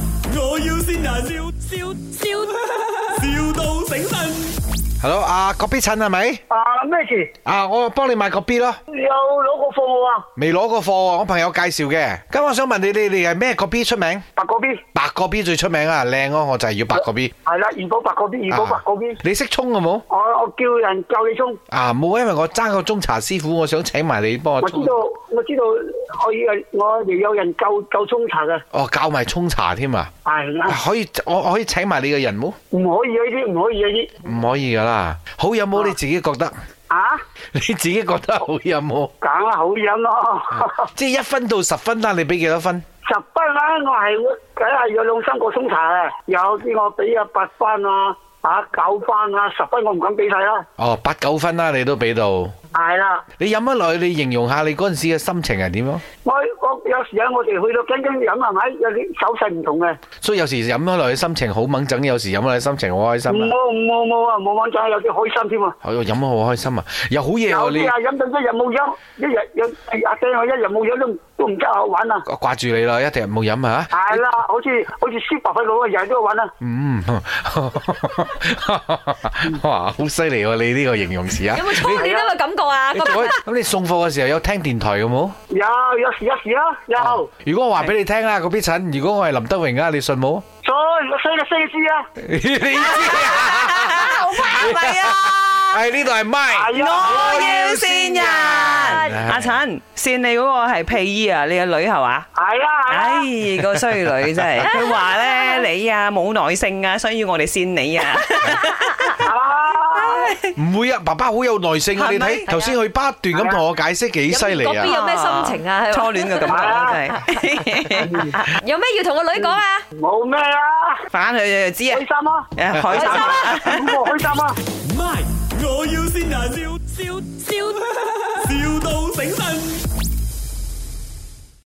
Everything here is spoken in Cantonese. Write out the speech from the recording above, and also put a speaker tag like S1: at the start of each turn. S1: 要先人，笑笑笑， 笑到醒神。
S2: Hello，啊，個 B 襯係咪？
S3: 啊咩事？
S2: 啊，我幫你買個 B 咯，
S3: 有攞過貨冇啊？
S2: 未攞過貨啊，我朋友介紹嘅。咁我想問你，你哋係咩個 B 出名？
S3: 白果 B
S2: 白個 B 最出名啊，靚咯，我就係要白個 B。
S3: 係啦，怡寶白果
S2: 啊
S3: B，怡寶白果 B，
S2: 你識沖嘅冇？
S3: 我我叫人教你沖，
S2: 啊，冇，因為我爭個中茶師傅，我想請埋你幫我
S3: 我
S2: 沖
S3: 知。道我知道我以為我哋有人教教沖茶嘅，
S2: 哦，教埋沖茶添啊！
S3: 係啦
S2: 啊，可以，我我可以請埋你個人冇？
S3: 唔可以嗰啲，唔可以嗰啲
S2: 唔可以噶啦。好飲冇？你自己覺得？
S3: 啊，
S2: 你自己覺得好飲冇？
S3: 梗係好飲咯，
S2: 即係一分到十分啦，你俾幾多分？
S3: 十分啦，我係梗係有兩三個沖茶嘅，有啲我俾啊八分啊，啊九分啊，十分我唔敢俾晒啦，
S2: 哦，八九分啦，你都俾到。
S3: 係啦。
S2: 你飲咗落去，你形容下你嗰陣時嘅心情係點啊咯？
S3: 我我有時啊間我哋去到跟跟飲啊係咪？有啲手勢唔同嘅。
S2: 所以有時飲咗落去心情好掹整，有時飲咗落去心情好開心啦。
S3: 冇冇冇啊！冇網站有啲開心添啊！
S2: 我飲得好開心啊！又好嘢喎
S3: 有
S2: 你
S3: 啲啊，，飲到一日冇飲，一日有阿爹我一日冇飲都唔都唔得閒玩啊！
S2: 我掛住你啦，一定冇飲啊！
S3: 係啦，好似好似燒白粉佬啊，日日都去玩啊！
S2: 嗯， 哇，好犀利喎！你呢個形容詞啊，
S4: 有冇初戀呢個感覺啊？
S2: 你
S4: 個
S2: 做咁你送貨嘅時候有聽電台嘅冇？
S3: 有有時有時啦，有
S2: 如果我話俾你聽啦，嗰邊陳，如果我係林德榮啊，你信冇？
S3: 所以我西嘅西施啊，
S2: 你知啊？
S4: 好巴閉啊！
S2: 係呢度係咪？
S3: 係
S5: 我
S3: 啊，
S5: 要善人，阿陳善你嗰個係屁衣啊，你個女係嘛？
S3: 係啊，
S5: 唉
S3: 係啊，，
S5: 個衰女真係，佢話咧你啊冇耐性啊，所以我哋善你啊。
S3: 啊
S2: 唔會啊，爸爸好有耐性啊！
S5: 係
S2: 你
S5: 咪
S2: 睇頭先佢不斷咁同我解釋幾犀利
S4: 嗰邊
S2: 啊！
S4: 有咩心情啊？
S5: 初戀嘅感覺真係，
S4: 有咩要同個女講啊？
S3: 冇咩啊，
S5: 反佢就知
S3: 開
S5: 啊，
S3: 心啊，
S5: 誒開心啊！
S3: 咁我開心啊！
S1: My，我要先人，笑笑笑。